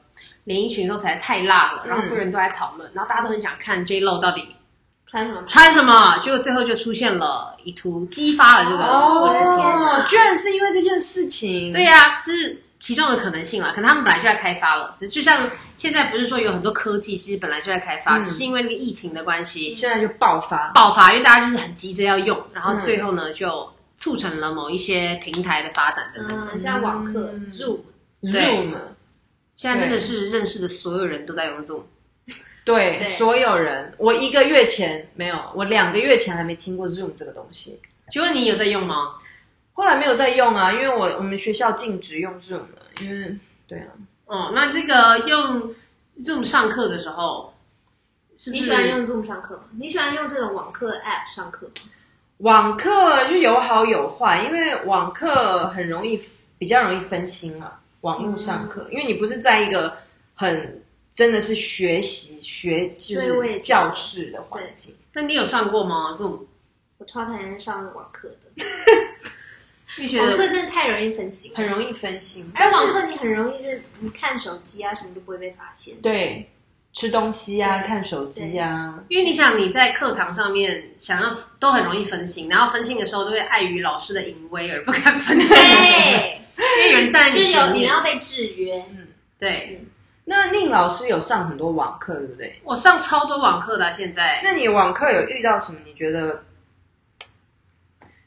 Speaker 1: 连衣裙的时候实在太辣
Speaker 3: 嗯
Speaker 1: 了，然后所有人都在讨论，然后大家都很想看 J Lo 到底
Speaker 2: 穿什么？
Speaker 1: 穿什么，结果最后就出现了以图激发了这个，
Speaker 3: 哦，
Speaker 1: 我的天哪！
Speaker 3: 居然是因为这件事情。
Speaker 1: 对呀、这是其中的可能性啦，可能他们本来就在开发了，只是就像现在不是说有很多科技其实本来就在开发，
Speaker 3: 嗯
Speaker 1: 只是因为那个疫情的关系，
Speaker 3: 现在就爆发。
Speaker 1: 爆发，因为大家就是很急着要用，然后
Speaker 3: 嗯
Speaker 1: 最后呢就促成了某一些平台的发展等等。
Speaker 2: 嗯，像网课
Speaker 3: 嗯
Speaker 2: Zoom，
Speaker 1: 对
Speaker 3: Zoom，
Speaker 1: 现在真的是认识的所有人都在用 Zoom，
Speaker 3: 对
Speaker 2: 对
Speaker 3: 所有人，我一个月前没有，我两个月前还没听过 Zoom 这个东西，
Speaker 1: 请问你有在用吗？
Speaker 3: 后来没有再用啊，因为我我们学校禁止用 Zoom 了，因为对啊，
Speaker 1: 哦，那这个用 Zoom 上课的时候，是不
Speaker 2: 你
Speaker 1: 是
Speaker 2: 喜欢用 Zoom 上课吗？你喜欢用这种网课 App 上课吗？
Speaker 3: 网课就有好有坏，因为网课很容易比较容易分心嘛，网络上课，因为你不是在一个很真的是学习学就
Speaker 2: 对我也觉得
Speaker 3: 是教室的环境，
Speaker 1: 那你有上过吗？Zoom？
Speaker 2: 我超讨厌上网课的，
Speaker 1: 因为觉
Speaker 2: 网课
Speaker 1: 得
Speaker 2: 真的太容易分心了，
Speaker 3: 很容易分心。
Speaker 2: 而
Speaker 3: 但
Speaker 2: 且网
Speaker 3: 是
Speaker 2: 课你很容易就是你看手机啊什么都不会被发 现。
Speaker 3: 对吃东西啊，
Speaker 2: 对
Speaker 3: 看手机啊，
Speaker 1: 因为你想你在课堂上面想要都很容易分心，然后分心的时候都会碍于老师的淫威而不敢分心，
Speaker 2: 对，
Speaker 1: 因为有人站在
Speaker 2: 就
Speaker 1: 你
Speaker 2: 是有
Speaker 1: 前
Speaker 2: 你
Speaker 1: 面。
Speaker 2: 要被制约。
Speaker 1: 对
Speaker 3: 那宁老师有上很多网课，对不对？
Speaker 1: 我上超多网课的啊、现在
Speaker 3: 那你网课有遇到什么你觉得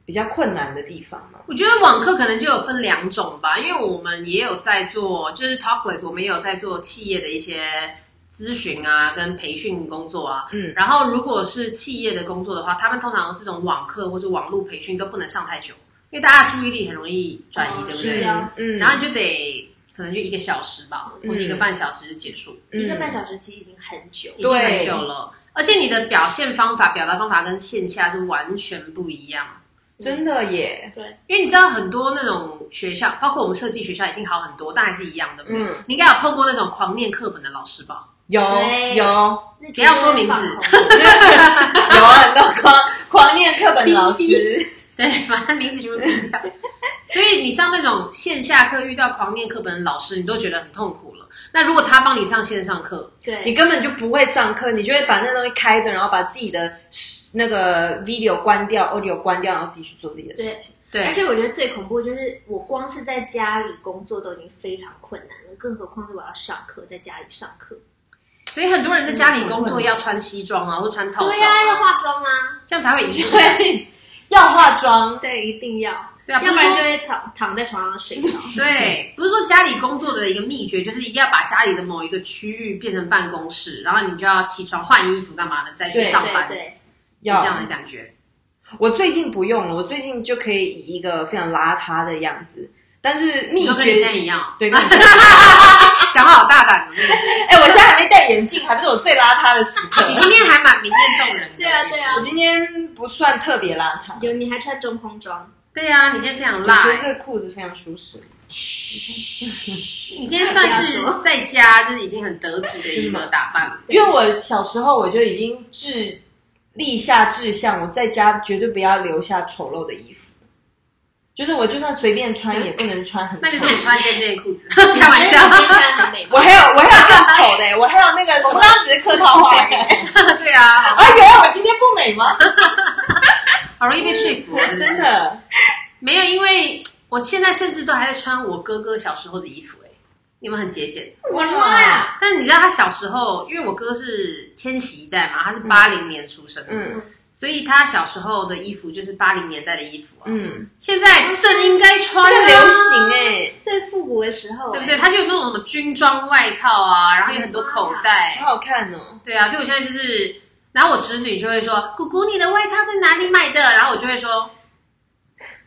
Speaker 3: 比较困难的地方吗？
Speaker 1: 我觉得网课可能就有分两种吧，因为我们也有在做，就是 Talkless，我们也有在做企业的一些咨询啊，跟培训工作啊。
Speaker 3: 嗯，
Speaker 1: 然后如果是企业的工作的话，他们通常这种网课或者网络培训都不能上太久，因为大家注意力很容易转移，
Speaker 2: 哦
Speaker 1: 对不
Speaker 2: 是
Speaker 1: 对
Speaker 2: 这？样
Speaker 3: 嗯，
Speaker 1: 然后你就得可能就一个小时吧，或者一个半小时就结束，
Speaker 2: 一个半
Speaker 3: 时。
Speaker 2: 小时其实已经很久了，
Speaker 1: 已经很
Speaker 3: 对
Speaker 1: 久了。而且你的表现方法、表达方法跟线下是完全不一样。
Speaker 3: 真的耶，
Speaker 1: 因为你知道很多那种学校，包括我们设计学校已经好很多，但还是一样的。
Speaker 3: 嗯，
Speaker 1: 你应该有碰过那种狂念课本的老师吧？
Speaker 3: 有
Speaker 2: 对
Speaker 3: 有，
Speaker 2: 那
Speaker 1: 不要说名字
Speaker 2: 绝对放空
Speaker 3: 有很多狂狂念课本老师，
Speaker 1: 对，把他名字全部毙 掉。所以你上那种线下课遇到狂念课本的老师，你都觉得很痛苦了。那如果他帮你上线上课，
Speaker 3: 你
Speaker 2: 对，
Speaker 3: 根本就不会上课，你就会把那东西开着，然后把自己的那个 video 关掉，audio 关掉，然后自己去做自己的事情。
Speaker 1: 对
Speaker 2: 而且我觉得最恐怖的就是我光是在家里工作都已经非常困难了，更何况是我要上课，在家里上课。
Speaker 1: 所以很多人在家里工作要穿西装啊，或穿套
Speaker 2: 对
Speaker 1: 装、
Speaker 2: 呀、要
Speaker 1: 啊，
Speaker 2: 化妆啊，
Speaker 1: 这样才会仪式。
Speaker 3: 对，要化妆，
Speaker 2: 对，一定要，
Speaker 1: 对啊，不
Speaker 2: 要
Speaker 1: 是
Speaker 2: 不
Speaker 1: 说
Speaker 2: 然就会躺躺在床上睡着。
Speaker 1: 对，不是说家里工作的一个秘诀，就是一定要把家里的某一个区域变成办公室，然后你就要起床换衣服干嘛的，再去
Speaker 3: 对
Speaker 1: 上班，
Speaker 2: 对对，
Speaker 1: 有
Speaker 3: 要
Speaker 1: 这样的感觉。
Speaker 3: 我最近不用了，我最近就可以以一个非常邋遢的样子，但是秘
Speaker 1: 你说跟你现在
Speaker 3: 诀
Speaker 1: 一 样，
Speaker 3: 对，跟你
Speaker 1: 讲话好大胆的，真的是。
Speaker 3: 哎、我现在还没戴眼镜，还不是我最邋遢的时刻
Speaker 1: 你。今天还蛮明艳动人的，
Speaker 2: 对啊
Speaker 1: 其实
Speaker 2: 对啊
Speaker 3: 我今天不算特别邋遢，
Speaker 2: 有你还穿中空装，
Speaker 1: 对啊，你今天非常
Speaker 3: 我
Speaker 1: 辣
Speaker 3: 觉得
Speaker 1: 欸、
Speaker 3: 这个裤子非常舒适。
Speaker 1: 你今天算是在家就是已经很得体的一个打扮 了。
Speaker 3: 因为我小时候我就已经志立下志向，我在家绝对不要留下丑陋的衣服，就是我就算随便穿也不能穿很
Speaker 1: 那
Speaker 3: 长。
Speaker 1: 就是你穿这件裤子，开玩笑。
Speaker 2: 今天穿得很美
Speaker 3: 我
Speaker 2: 吗？
Speaker 3: 还有我还有更丑的、欸我还有那个什
Speaker 2: 我
Speaker 3: 么
Speaker 2: 们刚刚只是客套话而已，
Speaker 1: 对啊，
Speaker 3: 欸啊？有啊，我今天不 美吗？
Speaker 1: 好容易被说服啊，真的
Speaker 3: 真
Speaker 1: 是。
Speaker 3: 的，
Speaker 1: 没有，因为我现在甚至都还在穿我哥哥小时候的衣服、欸，哎，你们很节俭。
Speaker 2: 我的妈呀！
Speaker 1: 但是你知道他小时候，因为我哥是千禧一代嘛，他是八零年出生的，
Speaker 3: 嗯
Speaker 1: 所以他小时候的衣服就是八零年代的衣服啊。
Speaker 3: 嗯，
Speaker 1: 现在正应该穿
Speaker 3: 这
Speaker 1: 啊
Speaker 3: 流行哎、
Speaker 2: 最复古的时候，
Speaker 1: 对不对？？他就有那种什么军装外套啊，然后有很多口袋
Speaker 3: 好，好看哦。
Speaker 1: 对啊，所以我现在就是，然后我侄女就会说：“姑姑，你的外套在哪里买的？”然后我就会说：“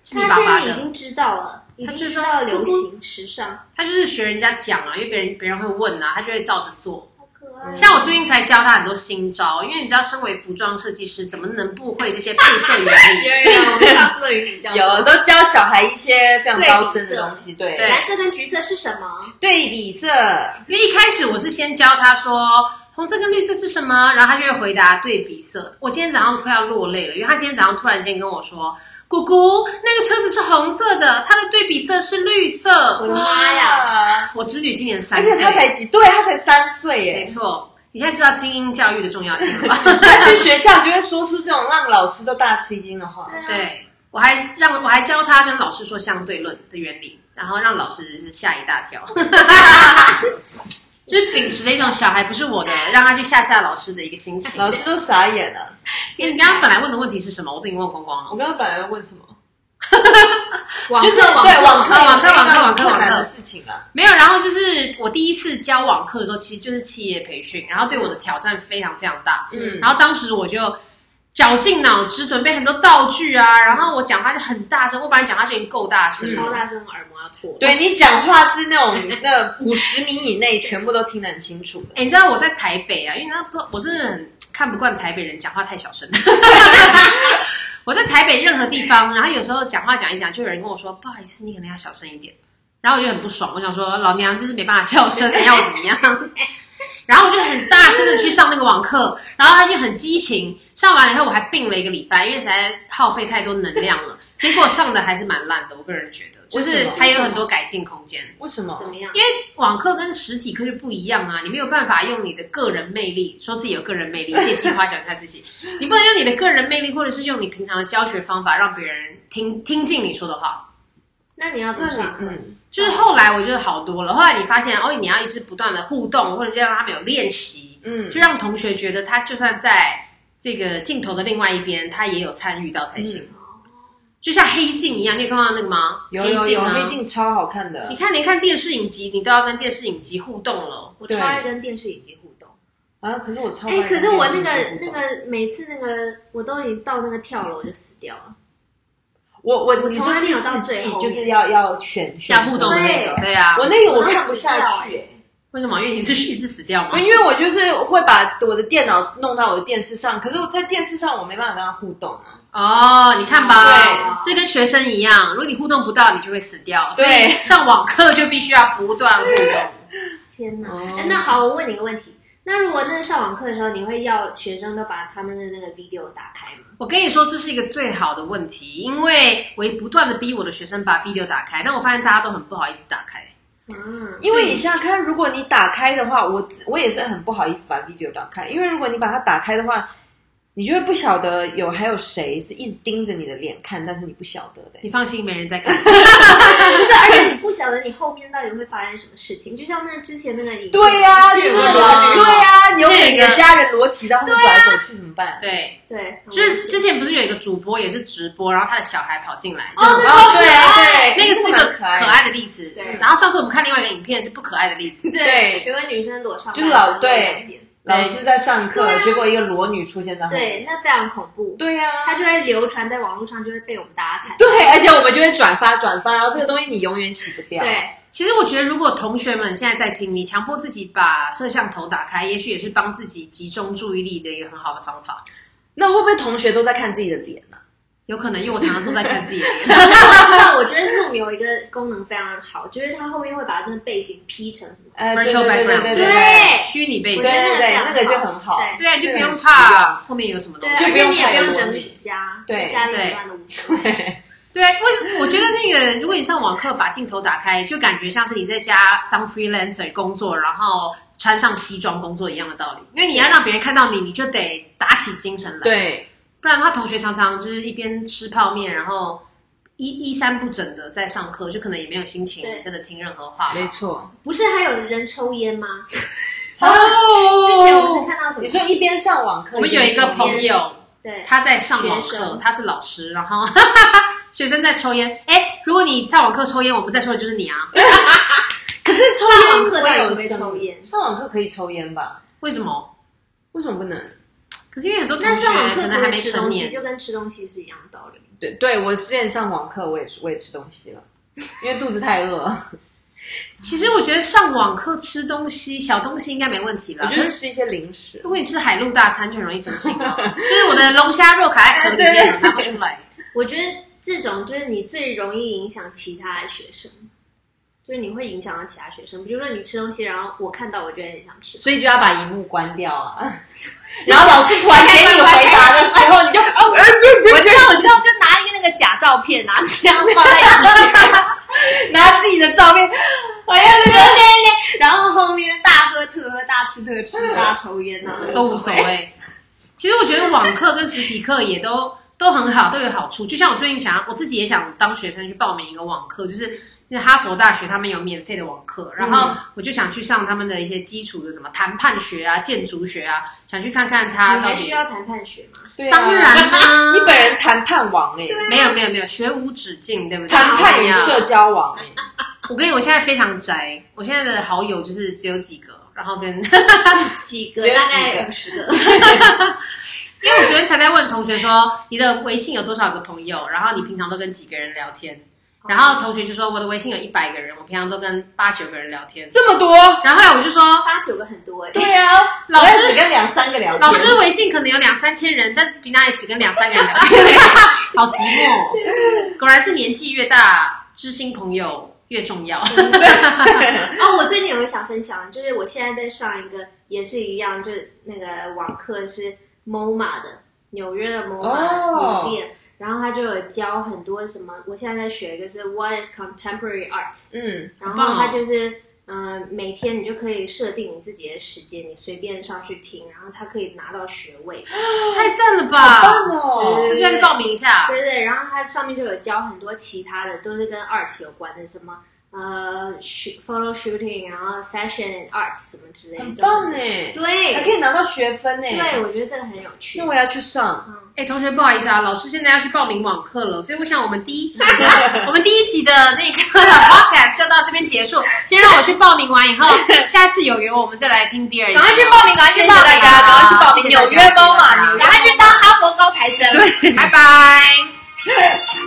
Speaker 1: 是你
Speaker 2: 他
Speaker 1: 爸
Speaker 2: 现
Speaker 1: 爸
Speaker 2: 在已
Speaker 1: 的。
Speaker 2: 经知道了，已经知道流行时尚，”
Speaker 1: 他就是学人家讲啊，因为别人别人会问啊，他就会照着做。
Speaker 2: 好可 爱。啊
Speaker 1: 像我最近才教他很多新招，因为你知道，身为服装设计师，怎么能不会这些配色 原理？
Speaker 2: 有有，我们上次的语你教
Speaker 3: 有都教小孩一些非常高深的东西，对
Speaker 1: 对
Speaker 2: 蓝色跟橘色是什么？
Speaker 3: 对比色，
Speaker 1: 因为一开始我是先教他说红色跟绿色是什么，然后他就会回答对比色。我今天早上快要落泪了，因为他今天早上突然间跟我说：“姑姑，那个车子是红色的，它的对比色是绿
Speaker 2: 我
Speaker 1: 色。
Speaker 2: 的妈呀！
Speaker 3: 哇！”
Speaker 1: 我侄女今年
Speaker 3: 而
Speaker 1: 三
Speaker 3: 且他
Speaker 1: 岁，
Speaker 3: 才几，对他才三岁
Speaker 1: 没
Speaker 3: 耶，
Speaker 1: 错，你现在知道精英教育的重要性了吧？
Speaker 3: 他去学校就会说出这种让老师都大吃一惊的 话。
Speaker 2: 啊，
Speaker 1: 对，我还让我还教他跟老师说相对论的原理，然后让老师吓一大跳， 就是秉持着一种小孩不是我的，让他去吓吓老师的一个心情。
Speaker 3: 老师都傻眼了。
Speaker 1: 因为你刚刚本来问的问题是什么，我都已经忘光光了。
Speaker 3: 我刚刚本来要问什么，
Speaker 2: 网
Speaker 3: 就是
Speaker 2: 课
Speaker 3: 对
Speaker 2: 网
Speaker 3: 网
Speaker 1: 课
Speaker 3: 课、
Speaker 1: 网课网课网课
Speaker 3: 困
Speaker 1: 网
Speaker 3: 难的
Speaker 1: 课
Speaker 3: 事情啊。
Speaker 1: 没有，然后就是我第一次教网课的时候，其实就是企业培训，然后对我的挑战非常非常大。
Speaker 3: 嗯，
Speaker 1: 然后当时我就绞尽脑汁准备很多道具啊，然后我讲话就很大声，我本来讲话就已经够大声
Speaker 2: 超
Speaker 1: 了，
Speaker 2: 大声，耳膜要破。
Speaker 3: 对你讲话是那 种那五十米以内全部都听得很清楚的。
Speaker 1: 哎、你知道我在台北啊，因为他不，我真的很看不惯台北人讲话太小声。 我在台北任何地方，然后有时候讲话讲一讲，就有人跟我说：“不好意思，你可能要小声一点。”然后我就很不爽，我想说老娘就是没办法小声，你要我怎么样？ 然后我就很大声的去上那个网课，然后他就很激情。上完了以后，我还病了一个礼拜，因为实在耗费太多能量了。结果上的还是蛮烂的，我个人觉得，就
Speaker 3: 为什
Speaker 1: 是
Speaker 3: 么
Speaker 1: 还有很多改进空间。
Speaker 3: 为什么
Speaker 2: 怎？么样？
Speaker 1: 因为网课跟实体课就不一样啊，你没有办法用你的个人魅力说自己有个人魅力，借机夸奖一下自己。 你不能用你的个人魅力，或者是用你平常的教学方法让别人听听进你说的话。
Speaker 2: 那你要怎么上？
Speaker 3: 嗯，
Speaker 1: 就是后来我觉得好多了，后来你发现哦，你要一直不断的互动，或者是要让他们有练习，
Speaker 3: 嗯
Speaker 1: 就让同学觉得他就算在这个镜头的另外一边，他也有参与到才行。就像黑镜一样，你有看到那个吗？
Speaker 3: 嗯有有有，
Speaker 1: 啊
Speaker 3: 黑镜超好看的
Speaker 1: 你。看，连看电视影集，你都要跟电视影集互动了。
Speaker 2: 我超爱跟电视影集互动。
Speaker 3: 啊，可是我超
Speaker 2: 哎，可是我那个那
Speaker 3: 个。
Speaker 2: 个每次那个我都已经到那个跳楼就死掉了。
Speaker 3: 我我
Speaker 2: 我
Speaker 3: 你
Speaker 2: 从
Speaker 3: 说
Speaker 2: 来没
Speaker 3: 第
Speaker 2: 有
Speaker 3: 四
Speaker 2: 到最
Speaker 3: 季
Speaker 2: 后面
Speaker 3: 就是要要选选
Speaker 1: 要互动的那个，
Speaker 2: 对
Speaker 1: 对啊。
Speaker 3: 我那个我
Speaker 2: 我都哎
Speaker 3: 看不
Speaker 2: 死
Speaker 3: 下
Speaker 2: 掉
Speaker 3: 去、欸
Speaker 1: 为什么？因为你是一直死掉吗
Speaker 3: 不？因为我就是会把我的电脑弄到我的电视上，可是我在电视上我没办法跟他互动啊。
Speaker 1: 哦，你看吧，
Speaker 2: 对
Speaker 1: 这跟学生一样，如果你互动不到，你就会死掉。所以
Speaker 3: 对
Speaker 1: 上网课就必须要不断互动。
Speaker 2: 天哪！
Speaker 1: 哦
Speaker 2: 哎那好，我问你一个问题。那如果那个上网课的时候，你会要学生都把他们的那个 video 打开吗？
Speaker 1: 我跟你说，这是一个最好的问题，因为我也不断的逼我的学生把 video 打开，但我发现大家都很不好意思打开。
Speaker 2: 嗯，
Speaker 3: 因为你想想看，如果你打开的话，我我也是很不好意思把 video 打开，因为如果你把它打开的话，你就会不晓得有还有谁是一直盯着你的脸看，但是你不晓得的、
Speaker 1: 你放心，没人在看。
Speaker 2: 不是，而且你不晓得你后面到底会发生什么事情，就像那之前那个影片
Speaker 3: 对呀、就是
Speaker 1: 有
Speaker 3: 裸
Speaker 1: 一个
Speaker 3: 对呀、你有
Speaker 1: 这
Speaker 3: 你的
Speaker 1: 个
Speaker 3: 家人裸体到处走来走去怎么办？
Speaker 1: 对，
Speaker 2: 对，
Speaker 1: 就是之前不是有一个主播也是直播，然后他的小孩跑进来，就
Speaker 2: 哦，那
Speaker 3: 哦
Speaker 2: 超可
Speaker 3: 对
Speaker 2: 爱。
Speaker 3: 对，
Speaker 1: 那个是
Speaker 3: 蛮
Speaker 1: 个
Speaker 3: 可
Speaker 1: 可
Speaker 3: 爱的
Speaker 1: 爱的例子。
Speaker 2: 对
Speaker 1: 然后上次我们看另外一个影片是不可爱的例子。
Speaker 3: 对
Speaker 2: 有个女生裸上半
Speaker 3: 就是老
Speaker 2: 身
Speaker 3: 对
Speaker 2: 在那边
Speaker 3: 老师在上课，
Speaker 2: 对啊
Speaker 3: 结果一个裸女出现在后面。
Speaker 2: 对，那非常恐怖，
Speaker 3: 对呀、
Speaker 2: 它就会流传在网络上，就会被我们大家看。
Speaker 3: 对，而且我们就会转发转发，然后这个东西你永远洗不掉。
Speaker 2: 对，
Speaker 1: 其实我觉得，如果同学们现在在听，你强迫自己把摄像头打开，也许也是帮自己集中注意力的一个很好的方法。
Speaker 3: 那会不会同学都在看自己的脸呢、
Speaker 1: 有可能，因为我常常都在看自己的脸。
Speaker 2: 我知道，我觉得 Zoom 有一个功能非常好，就是它后面会把那个背景 P 成什么。
Speaker 3: 呃，对
Speaker 1: Virtual
Speaker 3: 对对
Speaker 1: background，
Speaker 3: 对
Speaker 2: 对
Speaker 1: 虚拟背
Speaker 3: 对
Speaker 1: 景，
Speaker 3: 对对，那个就很好。
Speaker 2: 对
Speaker 1: 对啊，你就不用
Speaker 3: 这个很实
Speaker 1: 怕
Speaker 3: 用
Speaker 1: 后面有什么东
Speaker 2: 对，
Speaker 1: 西
Speaker 2: 而
Speaker 3: 就。不
Speaker 2: 且
Speaker 3: 用
Speaker 2: 你也
Speaker 3: 太
Speaker 2: 不用
Speaker 3: 多
Speaker 2: 整
Speaker 3: 力
Speaker 2: 理家，
Speaker 3: 对
Speaker 2: 家里
Speaker 1: 对
Speaker 2: 乱的无所谓。
Speaker 3: 对
Speaker 1: 对，为什么？我觉得那个，如果你上网课把镜头打开，就感觉像是你在家当 freelancer 工作，然后穿上西装工作一样的道理。因为你要让别人看到你，你就得打起精神来。，
Speaker 3: 对
Speaker 1: 不然的话，同学常常就是一边吃泡面，然后衣衣衫不整的在上课，就可能也没有心情
Speaker 2: 对
Speaker 1: 真的听任何话。
Speaker 3: 没错。
Speaker 2: 不是还有人抽烟吗？之前我们
Speaker 1: 哦
Speaker 2: 是，看到什么？
Speaker 3: 你说一边上网课，
Speaker 1: 我们有一个朋友，
Speaker 2: 对，
Speaker 1: 他在上网
Speaker 2: 学
Speaker 1: 课
Speaker 2: 生，
Speaker 1: 他是老师，然后 学生在抽烟。哎，如果你上网课抽烟，我不在抽的就是你啊？
Speaker 3: 可是
Speaker 2: 上
Speaker 3: 抽
Speaker 2: 网
Speaker 3: 烟
Speaker 2: 课
Speaker 3: 会
Speaker 2: 到底
Speaker 3: 有
Speaker 2: 可以
Speaker 3: 什么
Speaker 2: 抽烟
Speaker 3: 上网课可以抽烟吧？
Speaker 1: 为什么？
Speaker 3: 为什么不能？
Speaker 1: 可是因为很多同
Speaker 2: 但
Speaker 1: 学
Speaker 2: 上网课
Speaker 1: 可能还
Speaker 2: 不
Speaker 1: 没
Speaker 2: 是吃
Speaker 1: 成
Speaker 2: 东西，
Speaker 1: 年，
Speaker 2: 就跟吃东西是一样的道理。
Speaker 3: 对对，我之前上网课，我也是我也吃东西了，因为肚子太饿了。
Speaker 1: 其实我觉得上网课吃东西，小东西应该没问题
Speaker 3: 我
Speaker 2: 嗯
Speaker 1: 啦。
Speaker 3: 觉得吃一些零食
Speaker 1: 如。果你吃海陆大餐，就很容易分心哦。就是我的龙虾肉卡在壳里 面，拿不出来。
Speaker 2: 我觉得这种就是你最容易影响其他的学生，就是你会影响到其他学生。比如说你吃东西，然后我看到，我就会很想吃。
Speaker 3: 所以就要把荧幕关掉 啊，然后老师突然给你回答的时候，你就 哦，
Speaker 2: 我知道，我知道，就拿一个那个假照片，拿这样放在眼前，
Speaker 3: 拿自己的照片，哎呀，那个
Speaker 2: 然后后面大喝特喝、大吃特吃、大抽烟呐、啊，
Speaker 1: 都无所。谓。其实我觉得网课跟实体课也都都很好，都有好处。就像我最近想，我自己也想当学生去报名一个网课，就是那哈佛大学他们有免费的网课，然后我就想去上他们的一些基础的什么谈判学啊、建筑学啊，想去看看他
Speaker 2: 你
Speaker 1: 到
Speaker 2: 还
Speaker 1: 底
Speaker 2: 需。要谈判学吗？
Speaker 3: 对啊
Speaker 1: 当然啦、
Speaker 3: 你本人谈判王哎，
Speaker 1: 没有没有没有，学无止境，对不对？
Speaker 3: 谈判与
Speaker 1: 一定要
Speaker 3: 社交王哎，
Speaker 1: 我跟你，我现在非常宅，我现在的好友就是只有几个，然后跟
Speaker 2: 几个
Speaker 3: 只有
Speaker 2: 大
Speaker 3: 几
Speaker 2: 概
Speaker 3: 个
Speaker 2: 五十个。
Speaker 1: 因为我昨天才在问同学说，你的微信有多少个朋友？然后你平常都跟几个人聊天？然后同学就说我的微信有一百个人，我平常都跟八九个人聊天。
Speaker 3: 这么多，
Speaker 1: 然后后来我就说，
Speaker 2: 八九个很多哎、
Speaker 3: 对啊，
Speaker 1: 老师
Speaker 3: 我也只跟两三个聊天，
Speaker 1: 老师微信可能有两三千人，但平常也只跟两三个人聊天，好寂寞、哦。果然是年纪越大，知心朋友越重要。
Speaker 2: 哦，我最近有个想分享，啊就是我现在在上一个也是一样，就是那个网课是 MoMA 的纽约的 MoMA
Speaker 3: 哦
Speaker 2: 的 museum，、然后他就有教很多什么，我现在在学一个是 What is Contemporary Art，
Speaker 3: 嗯，
Speaker 2: 然
Speaker 1: 棒
Speaker 2: 后
Speaker 1: 哦
Speaker 2: 它就是。嗯、每天你就可以设定你自己的时间，你随便上去听，然后他可以拿到学位。
Speaker 1: 太赞了
Speaker 3: 棒
Speaker 1: 吧！
Speaker 3: 哦
Speaker 1: 我，现在去报名一下。
Speaker 2: 对对，然后它上面就有教很多其他的，都是跟 art 有关的，什么呃，shoot- photo shooting，然后 fashion and art 什么之类的，
Speaker 3: 很棒哎，
Speaker 2: 对，
Speaker 3: 还可以拿到学分哎，
Speaker 2: 对，，我觉得这个很有趣
Speaker 3: 那。我要去上，
Speaker 1: 哎，同学，不好意思啊，老师现在要去报名网课了，所以我想我们第一集的我们第一集的那个 podcast 就到这边结束。先让我去报名完以后，下次有缘我们再来听第二集。
Speaker 4: 赶快去报名，赶快去
Speaker 3: 谢谢
Speaker 4: 报名
Speaker 3: 大家，赶快去报名
Speaker 1: 谢谢大
Speaker 3: 纽
Speaker 1: 家
Speaker 3: 约猫嘛，纽约
Speaker 4: 赶快去当哈佛高材生。
Speaker 1: 拜拜。
Speaker 3: 对。